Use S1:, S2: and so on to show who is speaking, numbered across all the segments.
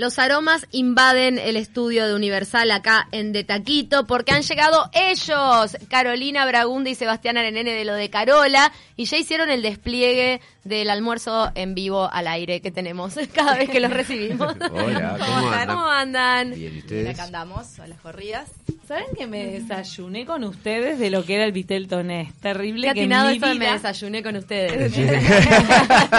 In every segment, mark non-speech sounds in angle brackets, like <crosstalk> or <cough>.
S1: Los aromas invaden el estudio de Universal acá en De Taquito porque han llegado ellos, Carolina Bragunda y Sebastián Arenene de lo de Carola, y ya hicieron el despliegue del almuerzo en vivo al aire que tenemos <laughs> cada vez que los recibimos.
S2: <laughs> Hola, ¿cómo andan?
S1: ¿Cómo andan?
S2: Bien, ¿y
S3: Mira,
S2: ustedes?
S3: acá andamos a las corridas.
S4: ¿Saben que me desayuné con ustedes de lo que era el Vitel Tonés? Terrible
S1: Qué
S4: que en
S1: atinado
S4: mi
S1: esto de me
S4: vida-
S1: desayuné con ustedes.
S4: <laughs>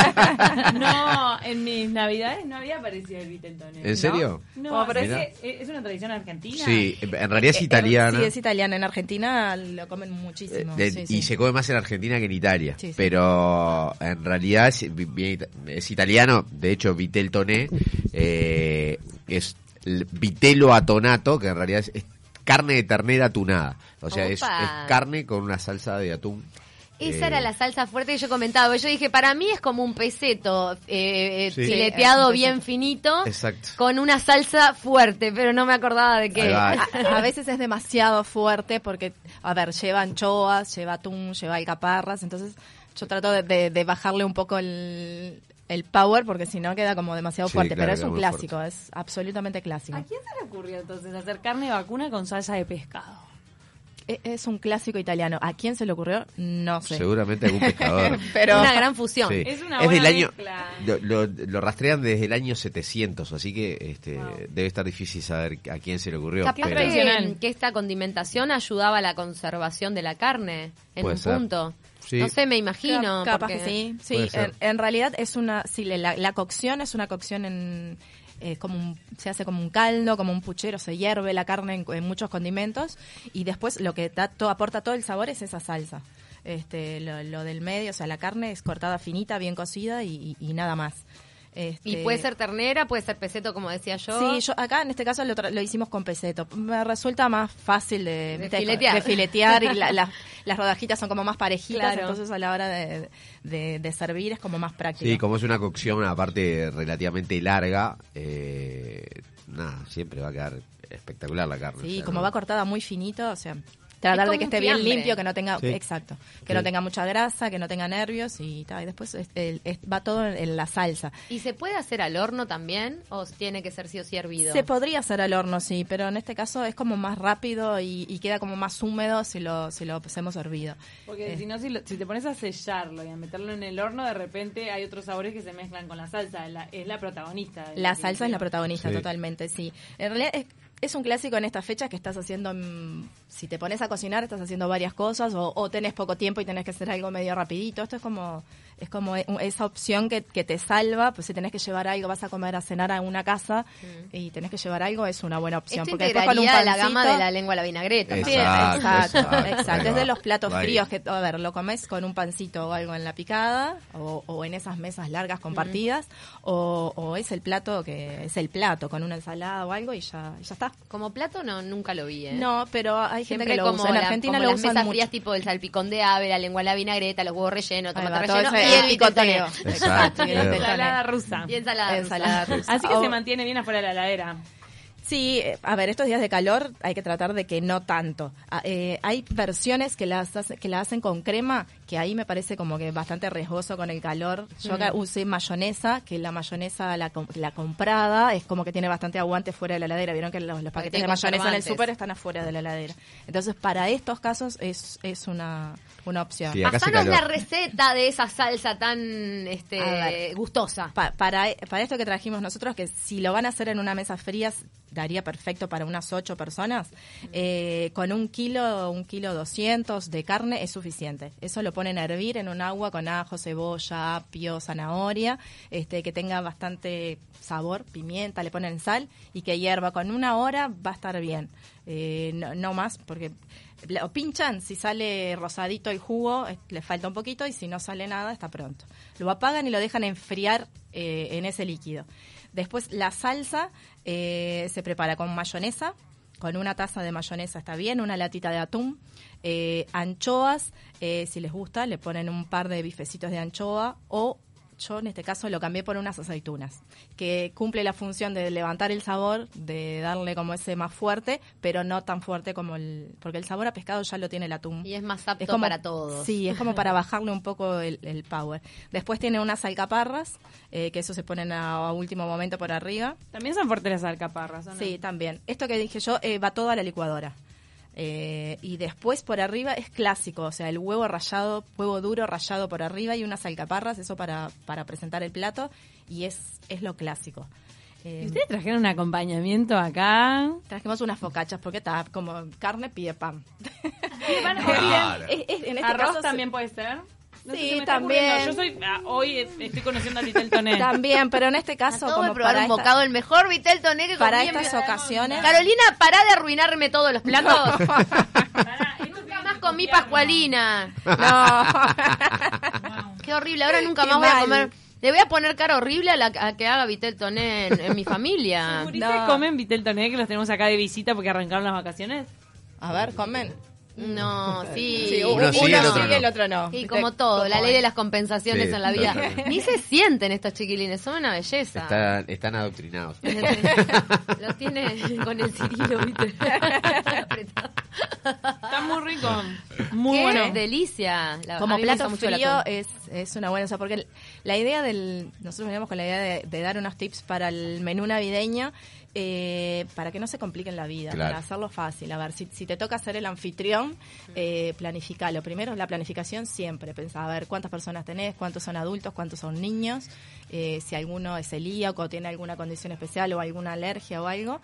S4: No, en mis navidades no había aparecido el Vitel Tonés.
S2: ¿En serio?
S4: No,
S3: Como
S4: pero es,
S2: Mira.
S4: que- es una tradición argentina.
S2: <laughs> Sí, en realidad es
S3: Eh, eh,
S2: italiana. Eh,
S3: Sí, es italiana. En Argentina lo comen muchísimo.
S2: de-
S3: sí,
S2: y
S3: sí.
S2: se come más en Argentina que en Italia.
S3: Sí, sí.
S2: Pero en realidad es, bien- es italiano. De hecho, Vitel Toné eh, es el vitelo atonato, que en realidad es, es carne de ternera atunada. O sea, es,
S1: Opa.
S2: es carne con una salsa de atún.
S1: <laughs> Esa
S2: Eh,
S1: era la salsa fuerte que yo comentaba. Yo dije, para mí es como un peseto eh, eh,
S2: Sí.
S1: fileteado
S3: Sí, es un
S1: bien
S3: peseto.
S1: finito
S2: Exacto.
S1: con una salsa fuerte, pero no me acordaba de qué.
S2: Ahí va.
S3: <laughs> A, a veces es demasiado fuerte porque, a ver, lleva anchoas, lleva atún, lleva alcaparras. Entonces yo trato de, de- de bajarle un poco el, el power porque si no queda como demasiado
S2: Sí,
S3: fuerte.
S2: claro,
S3: pero es
S2: queda
S3: un
S2: muy
S3: clásico, es absolutamente clásico.
S4: ¿A quién se le ocurrió entonces hacer carne vacuna con salsa de pescado?
S3: E- Es un clásico italiano. ¿A quién se le ocurrió? No sé.
S2: Seguramente algún pescador.
S3: <laughs> Pero
S1: Una gran fusión.
S2: Sí.
S4: Es una buena
S2: del año
S4: mezcla.
S2: lo, lo- lo rastrean desde el año 700, así que este, debe estar difícil saber a quién se le ocurrió.
S1: Capaz
S2: pero-
S1: que,
S4: tradicional.
S1: que esta condimentación ayudaba a la conservación de la carne en
S2: Puede
S1: un
S2: ser.
S1: punto.
S2: Sí.
S1: No sé, me
S3: Cap-
S1: imagino.
S3: capaz
S1: porque-
S3: que sí. Sí,
S2: Puede ser.
S3: en, en realidad es una, sí, la, la cocción es una cocción en eh, como un- se hace como un caldo, como un puchero, se hierve la carne en, en muchos condimentos y después lo que da to- aporta todo el sabor es esa salsa. Este, lo, lo del medio, o sea, la carne es cortada finita, bien cocida y, y- y nada más.
S1: Y
S3: Este,
S1: puede ser ternera, puede ser peseto, como decía yo.
S3: Sí, yo acá en este caso lo, tra- lo hicimos con peseto. Me resulta más fácil de,
S1: De
S3: de-
S1: filetear.
S3: de filetear
S1: <laughs>
S3: y la- la- las rodajitas son como más parejitas,
S1: Claro.
S3: entonces a la hora de, de- de servir es como más práctico.
S2: Sí, como es una cocción aparte relativamente larga, eh, nada, siempre va a quedar espectacular la carne.
S3: Sí,
S2: o sea,
S3: como
S2: ¿no?
S3: va cortada muy finito, o sea, tratar
S1: como
S3: de que
S1: un
S3: esté bien
S1: fiambre.
S3: limpio, que no tenga,
S2: Sí.
S3: exacto,
S2: Sí.
S3: que no tenga mucha grasa, que no tenga nervios y, ta, y después es- el- es- va todo en, en la salsa.
S1: ¿Y se puede hacer al horno también? ¿O tiene que ser sí o sí hervido?
S3: Se podría hacer al horno, sí, pero en este caso es como más rápido y, y queda como más húmedo si lo, si lo hacemos hervido.
S4: Porque
S3: Eh,
S4: si no, si, lo- si te pones a sellarlo y a meterlo en el horno, de repente hay otros sabores que se mezclan con la salsa. La- es la protagonista. de
S3: La salsa es la protagonista,
S2: Sí.
S3: totalmente, sí. En realidad es, es un clásico en esta fecha que estás haciendo, mm, si te pones a cocinar, estás haciendo varias cosas o, o tenés poco tiempo y tenés que hacer algo medio rapidito. Esto es como es como e- un- esa opción que, que te salva, pues si tenés que llevar algo, vas a comer a cenar a una casa y tenés que llevar algo, es una buena opción.
S1: Esto
S3: porque después con un
S1: integraría la gama de
S3: pancito-
S1: la lengua a la vinagreta.
S2: Exacto,
S3: Sí, exacto,
S2: exacto,
S3: exacto.
S2: ahí va,
S3: Es de los platos
S2: ahí.
S3: fríos que, a ver, lo comes con un pancito o algo en la picada o, o en esas mesas largas compartidas o, o es el plato que es el plato con una ensalada o algo y ya, ya está.
S1: Como plato no, nunca lo vi, ¿eh?
S3: No, pero hay gente
S1: Siempre
S3: que lo
S1: como,
S3: usa. En
S1: la-
S3: Argentina
S1: como
S3: lo
S1: las
S3: usan
S1: mesas
S3: mucho.
S1: frías tipo el salpicón de ave, la lengua a la vinagreta, los huevos rellenos,
S3: Ahí
S1: tomate
S3: va, todo
S1: relleno
S3: ese-
S1: y el
S3: el
S1: picoteo.
S3: picoteo.
S2: Exacto,
S3: Y el
S2: claro.
S4: la
S3: picoteo.
S4: ensalada rusa.
S1: Y ensalada. rusa.
S3: Ensalada rusa.
S4: Así que
S3: O-
S4: se mantiene bien afuera de la heladera.
S3: Sí, eh, a ver, estos días de calor hay que tratar de que no tanto. Ah, eh, hay versiones que las hace- que la hacen con crema, que ahí me parece como que bastante riesgoso con el calor. Yo acá usé mayonesa, que la mayonesa, la, com- la comprada, es como que tiene bastante aguante fuera de la heladera. Vieron que los, los paquetes
S1: tiene
S3: de mayonesa en el
S1: conservantes.
S3: súper están afuera de la heladera. Entonces, para estos casos es, es una, una opción.
S2: Sí, acá hace
S1: Pasanos la
S2: calor.
S1: receta de esa salsa tan
S3: A
S1: este,
S3: ver.
S1: gustosa.
S3: Pa- para, para esto que trajimos nosotros, que si lo van a hacer en una mesa fría, s- daría perfecto para unas ocho personas, eh, con un kilo, un kilo doscientos de carne es suficiente. Eso lo ponen a hervir en un agua con ajo, cebolla, apio, zanahoria, este, que tenga bastante sabor, pimienta, le ponen sal y que hierva. Con una hora va a estar bien. Eh, no, no más, porque lo pinchan, si sale rosadito el jugo, es- le falta un poquito y si no sale nada, está pronto. Lo apagan y lo dejan enfriar eh, en ese líquido. Después la salsa eh, se prepara con mayonesa, con una taza de mayonesa está bien, una latita de atún, eh, anchoas, eh, si les gusta, le ponen un par de bifecitos de anchoa o yo en este caso lo cambié por unas aceitunas, que cumple la función de levantar el sabor, de darle como ese más fuerte, pero no tan fuerte como el... Porque el sabor a pescado ya lo tiene el atún.
S1: Y es más apto para todos.
S3: Sí, es como para bajarle un poco el, el power. Después tiene unas alcaparras, eh, que eso se ponen a, a último momento por arriba.
S4: También son fuertes las alcaparras, ¿o ¿no?
S3: Sí, también. Esto que dije yo eh, va todo a la licuadora. Eh, y después por arriba es clásico, o sea, el huevo rallado, huevo duro rallado por arriba y unas alcaparras, eso para, para presentar el plato, y es, es lo clásico.
S4: ¿Y
S3: Eh,
S4: ustedes trajeron un acompañamiento acá.
S3: Trajimos unas focachas, porque está como carne pide
S1: <laughs>
S3: pan.
S4: Pan,
S1: Ah,
S4: o
S2: Claro.
S3: Es- es- en este
S4: Arroz
S3: caso se-
S4: también puede ser. No sé
S3: Sí,
S4: si me está
S3: también.
S4: ocurriendo. Yo soy, ah, hoy eh, estoy conociendo a Titel Toné.
S3: <laughs> También, pero en este caso,
S1: Acabo de
S3: como
S1: probar
S3: para
S1: un
S3: esta-
S1: bocado, el mejor vitel toné que
S3: para
S1: comí en mi
S3: estas ocasiones,
S1: Carolina, pará de arruinarme todos los platos.
S4: Pará, esto
S1: nunca <laughs> más comí pascualina.
S3: No.
S1: Qué horrible, ahora nunca
S3: Qué
S1: más voy a
S3: mal.
S1: comer. Le voy a poner cara horrible a la a que haga vitel toné en, en mi familia.
S4: Seguristas
S3: Ah, No.
S4: comen Vitel Toné, que los tenemos acá de visita porque arrancaron las vacaciones.
S3: <laughs> A ver, comen.
S1: No, sí.
S3: Sí,
S2: uno sí, el otro no.
S3: el otro no.
S1: Y
S3: ¿Viste?
S1: como todo, la
S3: ¿Cómo
S1: ley de
S3: es?
S1: las compensaciones
S2: Sí,
S1: en la vida.
S2: totalmente.
S1: Ni se sienten estos chiquilines, son una belleza.
S2: Están, están adoctrinados.
S1: <laughs> Los tiene <laughs> con el cirilo, <laughs> ¿viste? Apretado.
S4: Está muy rico. Muy
S1: Qué
S4: bueno.
S1: delicia. La- a
S3: como
S1: mí me gusta
S3: plato
S1: mucho el
S3: frío
S1: atún.
S3: es, es una buena, o sea, porque el- la idea del, nosotros veníamos con la idea de, de dar unos tips para el menú navideño, eh, para que no se compliquen la vida,
S2: Claro.
S3: para hacerlo fácil. A ver, si, si te toca ser el anfitrión, eh, planificalo. Primero, la planificación siempre. Pensá, a ver, cuántas personas tenés, cuántos son adultos, cuántos son niños, eh, si alguno es celíaco, tiene alguna condición especial o alguna alergia o algo.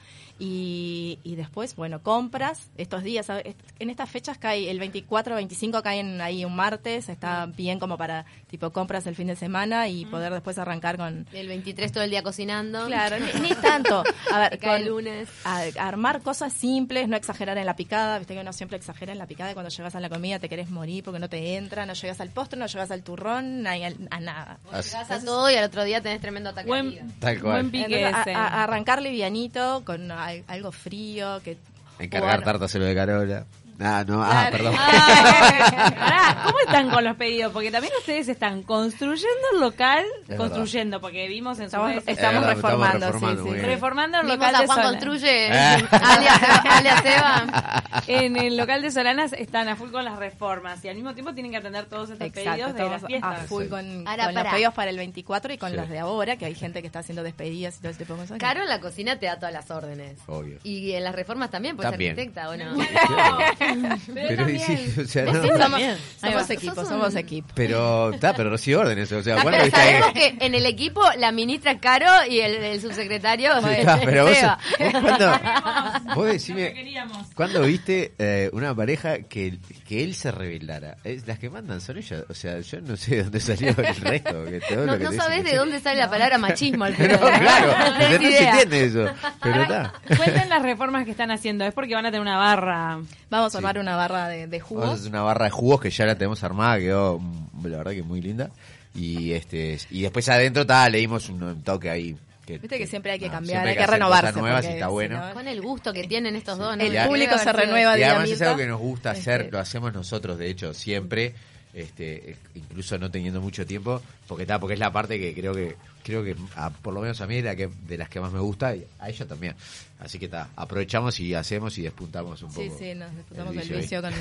S3: Y, y después, bueno, compras estos días. ¿sabes? Est- En estas fechas cae el 24, 25, caen ahí un martes. Está bien como para, tipo, compras el fin de semana y poder después arrancar con...
S1: eh, El 23 todo el día cocinando.
S3: Claro, ni, ni
S1: <laughs>
S3: tanto. A ver,
S1: Cae el
S3: con-
S1: lunes.
S3: a- armar cosas simples, no exagerar en la picada, viste que uno siempre exagera en la picada y cuando llegas a la comida te querés morir porque no te entra, no llegas al postre, no llegas al turrón, ni al- a, nada.
S2: <laughs> Así-
S1: Vas a todo y al otro día tenés tremendo ataque. de
S4: Buen,
S1: vida.
S2: Tal cual.
S4: buen pique
S3: Entonces, a-
S4: ese.
S3: a- arrancar livianito con al- algo frío, que
S2: Encargar
S3: o-
S2: tartas se lo de Carola. Ah, no, ah, perdón.
S4: Pará, ¿Cómo están
S2: <laughs>
S4: con los pedidos? Porque también ustedes están construyendo el local,
S2: verdad.
S4: construyendo, porque vimos en su
S3: Estamos,
S4: redes-
S3: estamos
S2: verdad, Eh, estamos
S3: reformando, sí,
S2: reformando,
S3: sí,
S2: muy bien.
S4: reformando el
S1: Vimos
S4: local
S1: a
S4: de
S1: Juan
S4: Solana.
S2: <laughs>
S1: Construye,
S2: Eh.
S1: alias,
S2: <laughs>
S1: alias Eva.
S4: En el local de Solanas están a full con las reformas y al mismo tiempo tienen que atender todos estos
S3: Exacto,
S4: pedidos de las
S3: estamos a
S4: fiestas.
S3: full con,
S1: Ahora,
S3: con los
S1: pará.
S3: pedidos para el 24 y con
S2: Sí.
S3: los de ahora, que hay gente que está haciendo despedidas y todo ese tipo de cosas.
S1: Caro en la cocina te da todas las órdenes.
S2: Obvio.
S1: Y en las reformas también, porque
S2: También.
S1: arquitecta o <laughs> no.
S2: <laughs> Pero, y sí, o sea, no.
S3: Sí, somos,
S4: Bien.
S1: Ahí
S3: somos
S1: va.
S3: equipo,
S1: Sos un-
S3: somos equipo.
S2: pero, está, pero recibe órdenes. O sea, eh,
S1: Ah,
S2: ¿cuándo
S1: pero
S2: está
S1: sabemos
S2: ahí?
S1: que en el equipo la ministra es Caro y el, el subsecretario es
S2: Está, pero vos,
S1: Seba.
S2: vos cuándo- vos decime,
S4: Queríamos.
S2: ¿cuándo viste eh, una pareja que, que él se rebelara? Es, las que mandan son ellas. O sea, yo no sé de dónde salió el resto. que todo lo
S1: No,
S2: que
S1: no
S2: te
S1: sabés
S2: dicen.
S1: de dónde sale la palabra machismo al
S2: <laughs> Pero,
S1: final.
S2: claro,
S1: <laughs> No tenés
S2: no se
S1: idea.
S2: entiende eso. Pero
S4: Ahora,
S2: está.
S4: Cuenten las reformas que están haciendo, es porque van a tener una barra.
S3: Vamos a armar una barra de, de jugos.
S2: Vamos a hacer una barra de jugos que ya la tenemos armada, quedó mm, la verdad que muy linda. Y este y después adentro ta, le dimos un, un toque ahí.
S3: Viste que siempre hay que
S2: ah,
S3: cambiar,
S2: siempre
S3: hay que
S2: hacer cosas
S3: renovarse,
S2: nuevas y
S3: porque
S2: está
S3: si
S2: bueno.
S3: no-
S1: Con el gusto que tienen estos dos. ¿no?
S2: El
S1: Debe
S3: público
S1: haber
S3: se
S1: sido-
S3: renueva.
S2: Y además es
S3: Diamita.
S2: algo que nos gusta hacer,
S3: Este.
S2: lo hacemos nosotros, de hecho, siempre, este, eh, incluso no teniendo mucho tiempo, porque está, porque es la parte que creo que, creo que a- por lo menos a mí es la que, de las que más me gusta y a ella también. Así que está, aprovechamos y hacemos y despuntamos un
S3: Sí,
S2: poco.
S3: sí, nos disputamos
S2: el
S3: el
S2: vicio
S3: vicio
S2: <laughs>
S3: con,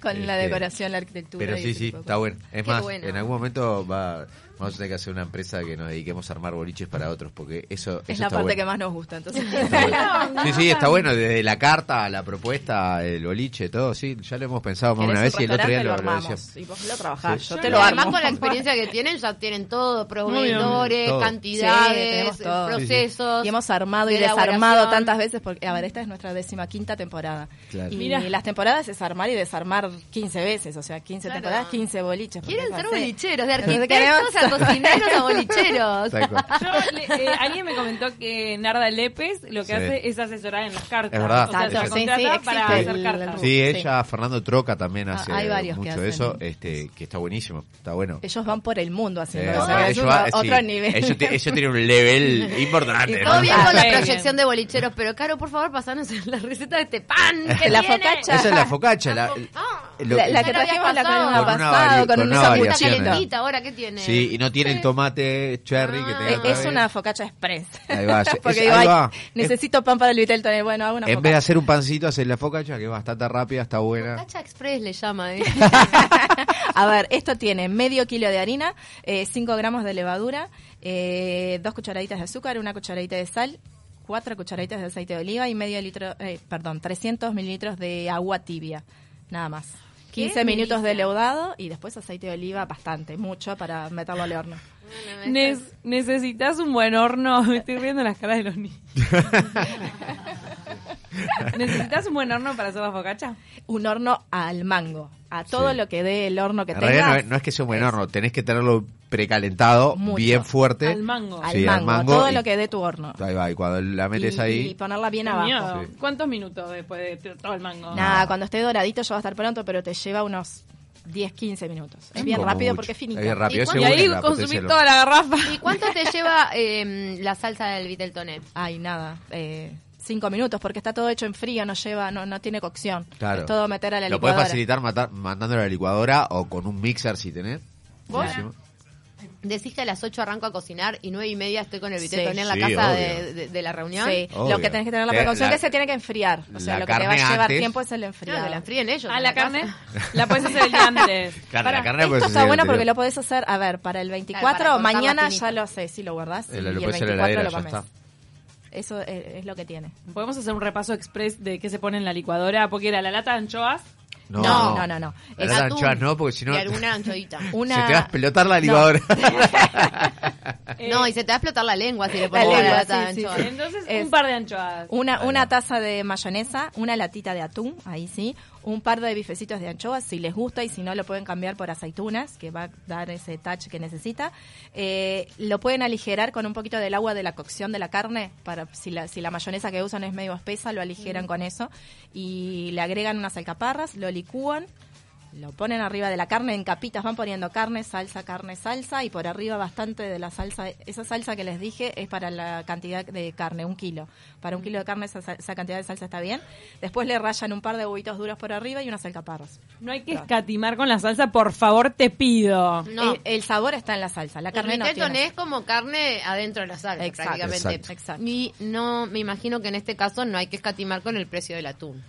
S3: con la
S2: Este,
S3: decoración, la arquitectura.
S2: Pero
S3: y
S2: sí,
S3: ese
S2: sí,
S3: tipo de
S2: está
S3: cosas.
S2: bueno. Es
S1: Qué
S2: más,
S1: bueno.
S2: en algún momento va, vamos a tener que hacer una empresa que nos dediquemos a armar boliches para otros, porque eso, eso
S3: Es la
S2: está
S3: parte
S2: bueno.
S3: que más nos gusta, entonces. <laughs>
S2: Está bueno. Sí, sí, está bueno, desde la carta, a la propuesta, el boliche, todo, sí, ya lo hemos pensado más
S3: Querés
S2: una vez
S3: un
S2: y el otro día
S3: restaurante,
S2: lo, lo
S3: armamos.
S2: decíamos.
S3: Y vos lo trabajás,
S2: Sí.
S3: yo
S4: Yo
S3: te
S1: Y
S3: lo armo.
S1: además con la experiencia que tienen ya tienen todo, proveedores,
S2: Todo.
S3: Sí,
S1: cantidades,
S3: tenemos todo.
S1: procesos.
S3: Y hemos armado y
S1: de elaboración.
S3: desarmado tantas veces, porque, a ver, esta es nuestra décima quinta temporada.
S2: Claro.
S3: Y
S4: Mirá.
S3: las temporadas es armar y desarmar 15 veces, o sea, 15
S1: Claro.
S3: temporadas, 15 boliches. porque
S1: Quieren
S3: es
S1: ser
S3: así.
S1: bolicheros, de
S3: Entonces
S1: arquitectos a
S3: queremos-
S1: cocineros a bolicheros.
S2: Tal
S3: <laughs>
S2: cual.
S4: Yo, le- eh, alguien me comentó que Narda Lépez lo que
S2: Sí.
S4: hace es asesorar en las cartas.
S2: Es verdad.
S4: O sea, se la
S2: Sí,
S4: contrata
S3: sí, existe
S4: para
S2: el-
S4: hacer cartas.
S2: Sí,
S3: Sí.
S2: ella, Fernando Troca también
S3: Ah,
S2: hace
S3: hay varios que
S2: mucho de
S3: hacen.
S2: eso, este, que está buenísimo, está bueno.
S3: Ellos van por el mundo haciendo
S2: Eh,
S3: eso,
S2: o sea,
S3: es
S2: ellos
S3: un-
S2: va- sí,
S3: otro nivel.
S2: ellos te- ellos tienen un
S3: <laughs>
S2: level importante.
S1: <laughs> Todo
S2: ¿no?
S1: bien con la
S4: Muy bien.
S1: proyección de bolicheros, pero Caro, por favor, pasanos la receta de este pan que
S3: <laughs> La
S1: tiene.
S3: focacha.
S2: Esa es la focacha. la- lo
S3: Ah, la,
S2: que-
S3: la que
S1: Ya lo
S3: trajimos
S1: habías
S3: la que
S1: pasado.
S3: habíamos
S1: Con
S2: una
S3: pasado,
S2: vari-
S3: con
S2: con
S3: un
S2: una
S1: Esa puta
S2: variación. ¿eh?
S1: calentita ahora, ¿qué tiene? Eh,
S2: Sí, y no tiene el tomate cherry que
S1: Ah.
S2: tenía
S1: Es-
S2: otra
S3: Es,
S2: vez.
S3: una focacha express.
S2: Ahí
S3: <laughs>
S2: va, es-
S3: Porque
S2: es-
S3: digo,
S2: ahí
S3: ay,
S2: va.
S3: necesito pan para el vitel toné. Bueno, hago
S2: En
S3: una
S2: vez de
S3: focacha.
S2: hacer un pancito, haces la focacha, que es bastante rápida, está buena.
S1: Cacha Express le llama, ¿eh?
S3: <laughs> <laughs> A ver, esto tiene medio kilo de harina, 5 gramos de levadura, eh, dos cucharaditas de azúcar, una cucharadita de sal, cuatro cucharaditas de aceite de oliva y medio litro, eh, perdón, 300 mililitros de agua tibia, nada más.
S1: Qué
S3: 15 minutos de
S1: delicia.
S3: leudado y después aceite de oliva bastante, mucho para meterlo al horno.
S4: Nes- necesitas un buen horno. <laughs> Me estoy riendo en las caras de
S2: <laughs>
S4: los niños. ¿Necesitas un buen horno para hacer la focacha?
S3: Un horno al mango, a todo
S2: Sí.
S3: lo que dé el horno que
S2: En
S3: tengas.
S2: realidad no es, no es que sea un buen horno, tenés que tenerlo precalentado,
S3: Mucho.
S2: bien fuerte.
S4: Al mango.
S3: Al,
S2: Sí,
S3: mango,
S2: al mango
S3: todo
S2: y-
S3: lo que dé tu horno.
S2: Ahí va, y cuando la metes
S3: y,
S2: ahí...
S3: y ponerla bien
S4: Qué
S3: abajo.
S4: miedo.
S2: Sí.
S4: ¿Cuántos minutos después de todo el mango?
S3: Nada, cuando esté doradito ya va a estar pronto, pero te lleva unos 10, 15 minutos. Es bien
S2: Como
S3: rápido
S2: mucho.
S3: porque es finito.
S2: Es bien rápido,
S1: ¿Y
S2: es
S1: cuánto-
S4: Y
S2: seguro
S4: ahí
S2: que la potencia
S4: consumir
S2: lo-
S4: toda la <laughs> garrafa.
S1: ¿Y cuánto te lleva eh, la salsa del Viteltoné?
S3: Ay, nada. Eh, cinco minutos porque está todo hecho en frío, no lleva, no, no tiene cocción.
S2: Claro.
S3: Es todo meter a la
S2: Lo puedes
S3: licuadora.
S2: facilitar matar, mandándolo a la licuadora o con un mixer si tenés.
S1: Bueno.
S2: Buenísimo.
S1: Decís que a las 8 arranco a cocinar y 9 y media estoy con el
S3: Sí.
S1: Viteltoné en la
S2: Sí,
S1: casa
S2: obvio.
S1: de, de- de la reunión.
S3: Sí,
S2: Obvio.
S3: lo que tenés que tener la
S2: Te-
S3: precaución
S2: la-
S3: es que se tiene que enfriar. O sea,
S2: la
S3: lo que te va a
S2: carne
S3: llevar
S2: antes-
S3: tiempo es el enfriado.
S1: Claro, que la enfríen ellos. en
S4: ¿A Ah, la
S1: casa. <laughs>
S4: carne? La puedes hacer el día antes.
S2: Claro,
S3: Para,
S2: la carne puede
S3: esto
S2: ser
S3: está bueno porque
S2: anterior.
S3: lo podés hacer, a ver, para el 24,
S1: Claro, para cortar la
S3: mañana
S1: finita.
S3: ya lo haces, si lo guardás,
S2: Eh,
S3: y
S2: lo
S3: el
S2: puedes
S3: 24
S2: hacer en la heladera,
S3: lo
S2: ya
S3: comes.
S2: está.
S3: Eso eh, es, es lo que tiene.
S4: Podemos hacer un repaso express de qué se pone en la licuadora, porque era la lata de anchoas.
S2: No,
S3: No, no, no, no.
S2: La
S3: Es
S2: lata de
S1: atún
S2: anchoas no, porque si no...
S1: Y
S2: <laughs>
S1: alguna anchoita.
S3: Una...
S2: Se te va a explotar la
S3: <laughs>
S2: licuadora.
S4: Eh,
S1: No, y se te va a explotar la lengua si le
S3: La
S1: pones la,
S3: lengua,
S1: lata
S3: sí,
S1: de
S3: sí,
S1: anchoa.
S3: sí.
S4: Entonces,
S3: Es-
S4: un par de anchoas.
S3: Una, una taza de mayonesa, una latita de atún, ahí sí, un par de bifecitos de anchoas, si les gusta y si no lo pueden cambiar por aceitunas, que va a dar ese touch que necesita. Eh, lo pueden aligerar con un poquito del agua de la cocción de la carne, para si la, si la mayonesa que usan es medio espesa, lo aligeran con eso y le agregan unas alcaparras, lo licúan. Lo ponen arriba de la carne en capitas, van poniendo carne, salsa, carne, salsa y por arriba bastante de la salsa. Esa salsa que les dije es para la cantidad de carne, un kilo. Para un kilo de carne esa, sal- esa cantidad de salsa está bien. Después le rayan un par de huevitos duros por arriba y unas alcaparras.
S4: No hay que escatimar con la salsa, por favor, te pido.
S1: No.
S3: El, Eh, el sabor está en la salsa, la
S1: El
S3: carne no
S1: Viteltoné
S3: tiene.
S1: es como carne adentro de la salsa,
S3: Exacto.
S1: prácticamente.
S2: Exacto.
S3: Exacto.
S1: Y no, me imagino que en este caso no hay que escatimar con el precio del atún.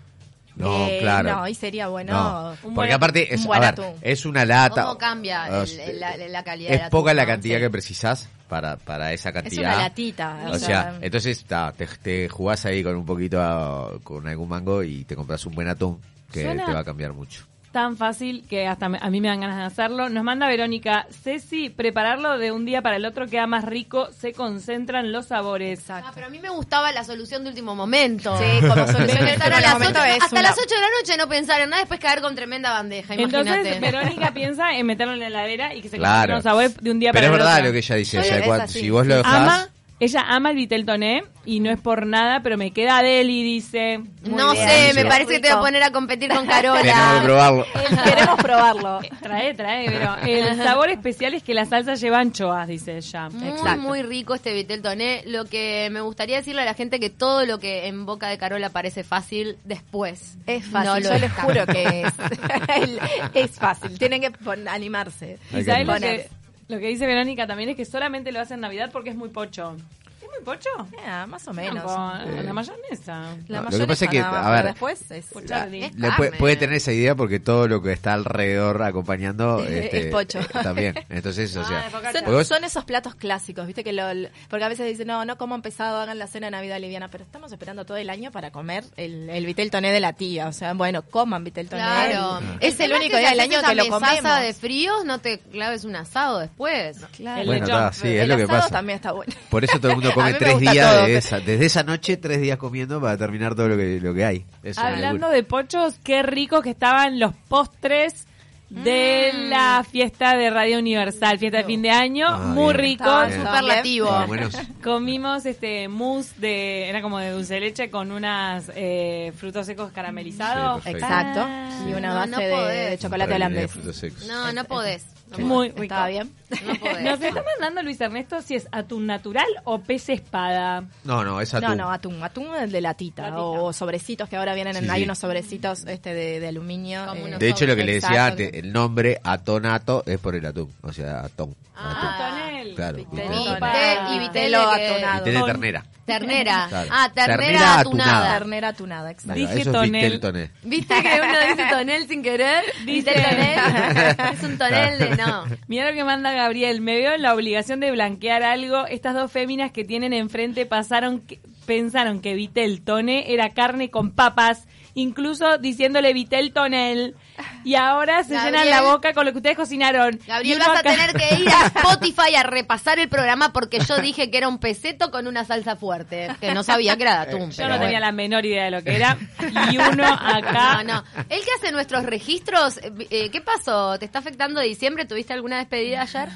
S2: No,
S3: Eh,
S2: claro.
S3: no, y sería bueno-
S2: No,
S3: Un
S2: Porque
S4: buen-
S2: aparte
S3: un
S2: es,
S3: buen
S2: a ver,
S3: atún.
S2: es una lata.
S1: ¿Cómo cambia el-
S2: O sea,
S1: el- la- la calidad
S2: Ah, Es
S1: del atún,
S2: poca la
S1: no?
S2: cantidad
S1: Sí.
S2: que precisás para, para esa
S3: Es
S2: cantidad.
S3: una latita. mm.
S2: O sea, eh. entonces ta, te, te jugás ahí con un poquito, a- con algún mango y te compras un buen atún que
S4: Suena-
S2: te va a cambiar mucho.
S4: Tan fácil que hasta me- a mí me dan ganas de hacerlo. Nos manda Verónica, Ceci, prepararlo de un día para el otro queda más rico, se concentran los sabores.
S1: Ah, pero a mí me gustaba la solución de último momento.
S3: Sí,
S1: <laughs>
S3: como solución de
S1: Pensar
S3: último
S1: a las
S3: momento
S1: ocho-
S3: es
S1: hasta
S3: una-
S1: las 8 de la noche no pensar en nada, después caer con tremenda bandeja, Ah, imagínate. <laughs>
S4: Entonces Verónica piensa en meterlo en la heladera y que se concentren
S2: Claro.
S4: los sabores de un día
S2: Pero
S4: para
S2: es
S4: el
S2: verdad
S4: otro.
S2: lo que ella dice.
S3: Yo
S2: o sea,
S3: creo que
S2: cuan-
S3: es así.
S2: si vos lo dejás.
S4: Ama, ella ama el vitel toné y no es por nada, pero me queda deli, dice. Muy
S1: no
S4: bien.
S1: sé,
S2: Sí,
S1: me
S2: sí.
S1: parece que te voy a
S3: Rico.
S1: poner a competir
S3: <laughs>
S1: con Carola.
S2: Tenemos que probarlo.
S3: <laughs> Queremos probarlo.
S4: Trae, trae, pero el sabor especial es que la salsa lleva anchoas, dice ella.
S1: Muy,
S3: Exacto.
S1: muy rico este vitel toné. Lo que me gustaría decirle a la gente que todo lo que en boca de Carola parece fácil, después.
S3: Es fácil,
S1: No lo
S3: yo les
S1: está.
S3: juro que <laughs> es, El- es fácil. Tienen que pon- animarse.
S2: Hay
S4: Y
S2: que
S4: sabes lo
S3: poner.
S4: que, lo que dice Verónica también es que solamente lo hace en Navidad porque es muy pocho. ¿Es muy pocho?
S3: Ah, más o
S4: No,
S3: menos.
S4: con la mayonesa.
S3: La
S2: No, lo que
S3: mayonesa
S2: pasa es que,
S3: nada más,
S2: a ver,
S3: pero después es,
S4: Puchardi.
S1: Es
S2: Le puede,
S1: carne.
S2: puede tener esa idea porque todo lo que está alrededor acompañando
S3: Es
S2: este,
S3: pocho.
S2: eh, también. Entonces, o sea,
S4: Ah, porque
S2: porque vos-
S3: Son, son esos platos clásicos, viste que lo, l- porque a veces dicen, no, no coman pesado, hagan la cena de Navidad liviana, pero estamos esperando todo el año para comer el, el vitel toné de la tía, o sea, bueno, coman vitel toné. Ah.
S1: Claro.
S3: Es el
S1: tema
S3: único
S1: que
S3: día del
S1: si
S3: año
S1: haces
S3: que lo
S1: esa mesaza
S3: comemos.
S1: de fríos, no te claves un asado después.
S3: Claro.
S4: El
S2: bueno,
S4: lechón.
S2: ta, sí,
S3: el
S2: es lo que
S3: asado
S2: pasa.
S3: también está bueno.
S2: Por eso todo el mundo
S3: A mí
S2: come
S3: me
S2: tres
S3: gusta
S2: días
S3: todo,
S2: de
S3: pero-
S2: esa, desde esa noche, tres días comiendo para terminar todo lo que, lo que hay. Eso es
S4: Hablando
S2: locura.
S4: de pochos, qué rico que estaban los postres de la fiesta de Radio Universal, fiesta de fin de año,
S2: Ah,
S4: muy
S2: bien.
S4: rico.
S1: Con
S2: Bien.
S1: superlativo.
S2: Ah, bueno,
S4: Comimos este mousse de era como de dulce de leche con unas eh, frutos secos caramelizados.
S2: Sí, eh, perfecto.
S3: Exacto.
S4: Ah.
S3: Y una
S1: No,
S3: base
S1: no
S3: de- de,
S1: podés.
S3: <laughs> chocolate
S2: praliné de
S3: holandés.
S2: frutos secos.
S1: No, no podés.
S4: Muy rico.
S3: ¿Estaba bien?
S1: No <laughs> podés.
S4: Nos está mandando Luis Ernesto si es atún natural o pez espada.
S2: No, no, es atún.
S3: No, no, atún. Atún el de latita.
S4: Latita.
S3: O sobrecitos que ahora vienen. en-
S2: Sí,
S3: hay
S2: sí.
S3: unos sobrecitos este de, de aluminio.
S1: Como
S3: eh,
S1: unos
S2: de hecho, lo que le decía
S3: Exacto.
S2: antes, el nombre atonato es por el atún, o sea, atón.
S1: Ah,
S4: Tonel.
S2: Claro,
S4: Vitello
S2: vitello
S4: espada.
S1: tonel. Y vitelo
S3: Vitelo
S2: atón.
S1: atonado.
S3: atonado.
S2: Vitel de
S4: Ton-
S2: ternera.
S1: Ternera.
S2: Claro.
S1: Ah, ternera, atunada.
S2: Ternera atunada.
S3: Ternera atunada, exacto.
S2: Ahí va,
S4: Dije
S2: eso es
S4: tonel.
S2: vitel toné.
S1: ¿Viste que uno dice tonel sin querer? ¿Viste
S4: Dice-
S1: <laughs> tonel? Es un tonel de no.
S4: Mira lo que manda Gabriel. Me veo en la obligación de blanquear algo. Estas dos féminas que tienen enfrente pasaron que- pensaron que Vitel Tone era carne con papas, incluso diciéndole Vitel Tonel. Y ahora se
S1: Gabriel.
S4: llenan la boca con lo que ustedes cocinaron.
S1: Gabriel,
S4: Y uno
S1: vas a
S4: acá-
S1: tener que ir a Spotify a repasar el programa porque yo dije que era un peseto con una salsa fuerte, que no sabía que era de atún.
S4: Yo
S1: pero
S4: no tenía
S1: bueno.
S4: la menor idea de lo que era. Y uno acá...
S1: No, no. El que hace nuestros registros, eh, eh, ¿qué pasó? ¿Te está afectando diciembre? ¿Tuviste alguna despedida ayer?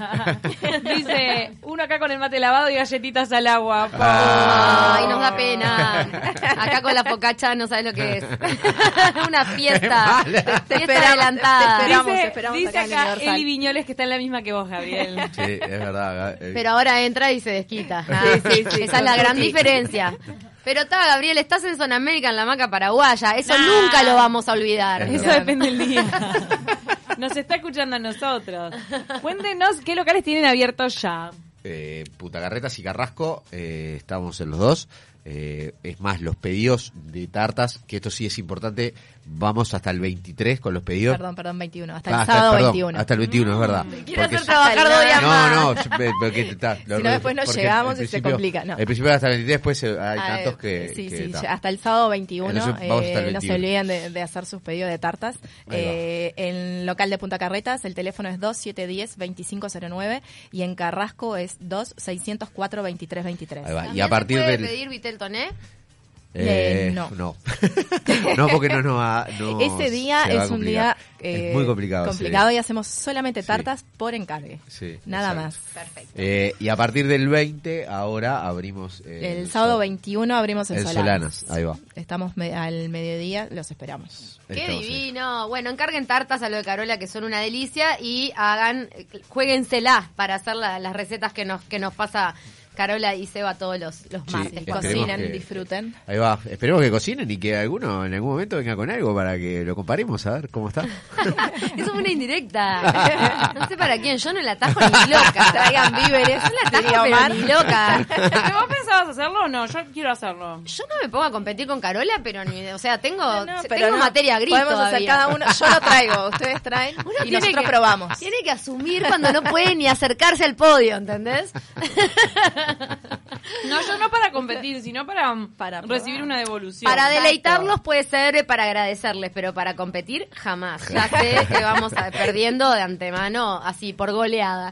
S4: <laughs> Dice, uno acá con el mate lavado y galletitas al agua.
S1: Ay, nos da
S3: <laughs>
S1: pena. Acá con la focacha no sabes lo que es. Una fiesta.
S2: Es mala.
S1: Fiesta
S3: esperamos,
S1: adelantada.
S3: te esperamos.
S4: dice
S3: esperamos
S4: dice
S3: acá en
S4: acá
S3: Universal.
S4: Eli Viñoles que está en la misma que vos, Gabriel.
S2: Sí, es
S3: <laughs>
S2: verdad. eh,
S1: Pero ahora entra y se desquita.
S3: Sí, sí, sí,
S1: Esa es la
S3: sí.
S1: gran
S3: Sí.
S1: diferencia. Pero está, Gabriel, estás en Zona América, en la maca paraguaya. Eso
S4: Nah.
S1: nunca lo vamos a olvidar.
S2: Es
S4: Eso
S2: verdad.
S4: depende del <laughs> día. Nos está escuchando a nosotros. Cuéntenos qué locales tienen abiertos ya.
S2: eh, Putagarretas y Carrasco, eh, estamos en los dos. Eh, es más, los pedidos de tartas, que esto sí es importante, vamos hasta el 23 con los pedidos.
S3: Perdón, perdón, 21. Hasta
S2: Ah,
S3: el sábado Mm,
S2: perdón,
S3: 21.
S2: Hasta el 21, es verdad.
S1: Quiero
S2: Porque
S1: hacer
S2: es-
S1: trabajar dos días
S2: no,
S1: más.
S2: no, yo- pe- pero que está, lo-
S3: Si no, después no
S2: porque
S3: llegamos
S2: al
S3: y se
S2: principio-
S3: complica, no.
S2: Al principio hasta el 23, después eh, hay
S3: Ah,
S2: tantos que.
S3: eh, Sí,
S2: que
S3: sí,
S2: está.
S3: ya- hasta el sábado 21.
S2: Entonces, vamos hasta el
S3: eh, no se
S2: 21.
S3: olviden de, de hacer sus pedidos de tartas.
S2: Ahí va.
S3: Eh, en local de Punta Carretas, el teléfono es 2710-2509 y en Carrasco es
S2: Ahí
S3: 2604-2323.
S2: va. Y
S1: ¿También
S2: a
S1: se
S2: partir
S1: puede
S2: del.
S1: pedir Vitel Toné?
S2: eh,
S3: Eh, no.
S2: No. <laughs> No, porque no nos va. no
S3: Ese E-, este día
S2: se va a
S3: es un
S2: complicar.
S3: día
S2: Es
S3: eh,
S2: muy complicado. ese
S3: complicado
S2: día.
S3: y hacemos solamente
S2: Sí.
S3: tartas por encargue.
S2: Sí,
S3: Nada
S2: exacto.
S3: más.
S1: Perfecto.
S2: Eh, y a partir del 20, ahora abrimos. eh,
S3: El sábado
S2: sol-
S3: 21 abrimos el
S2: El
S3: Solanas.
S2: Solanas, ahí va.
S3: Estamos me- al mediodía, los esperamos.
S1: Qué
S2: Estamos ahí.
S1: divino. Bueno, encarguen tartas a lo de Carola que son una delicia y hagan, jueguenselas para hacer la- las recetas que nos que nos pasa Carola y Seba todos los, los
S2: Sí,
S1: martes.
S2: esperemos
S3: cocinan,
S2: que-
S3: disfruten.
S2: Ahí va, esperemos que cocinen y que alguno en algún momento venga con algo para que lo comparemos a ver cómo está.
S1: <laughs> Eso fue una indirecta. No sé para quién, yo no la atajo ni loca. Traigan víveres, yo la
S3: Diría
S1: atajo pero
S3: Omar.
S1: ni loca.
S4: ¿Vos pensabas hacerlo o no? Yo quiero hacerlo.
S1: Yo no me pongo a competir con Carola, pero ni, o sea, tengo,
S3: No, no, pero
S1: tengo
S3: no.
S1: materia gris
S3: Podemos hacer
S1: todavía.
S3: cada uno. Yo lo traigo, ustedes traen
S1: Uno
S3: y
S1: tiene
S3: nosotros
S1: que-
S3: probamos.
S1: Tiene que asumir cuando no puede ni acercarse al podio, ¿entendés?
S4: No, yo no para competir, sino para, um,
S3: Para probar.
S4: recibir una devolución.
S1: Para deleitarlos puede ser eh, para agradecerles, pero para competir jamás. Ya sé que vamos a, perdiendo de antemano, así por goleada.